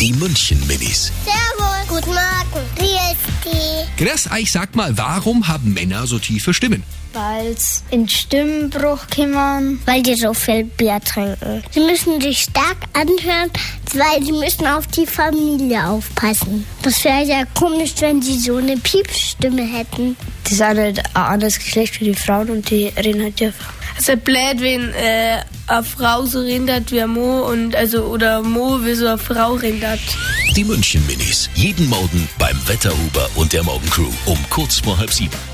Die München Minis. Servus. Guten Morgen. Wie die? Chris, ich sag mal, warum haben Männer so tiefe Stimmen? weil sie in Stimmbruch kümmern. Weil die so viel Bier trinken. Sie müssen sich stark anhören, weil sie müssen auf die Familie aufpassen. Das wäre ja komisch, wenn sie so eine Piepstimme hätten. Die sind halt ein anderes Geschlecht wie die Frauen und die reden halt ja. Es ist Also blöd, wenn äh, eine Frau so redet wie ein Mo und also oder Mo wie so eine Frau redet. Die München Minis. Jeden Morgen beim Wetterhuber und der Morgencrew um kurz vor halb sieben.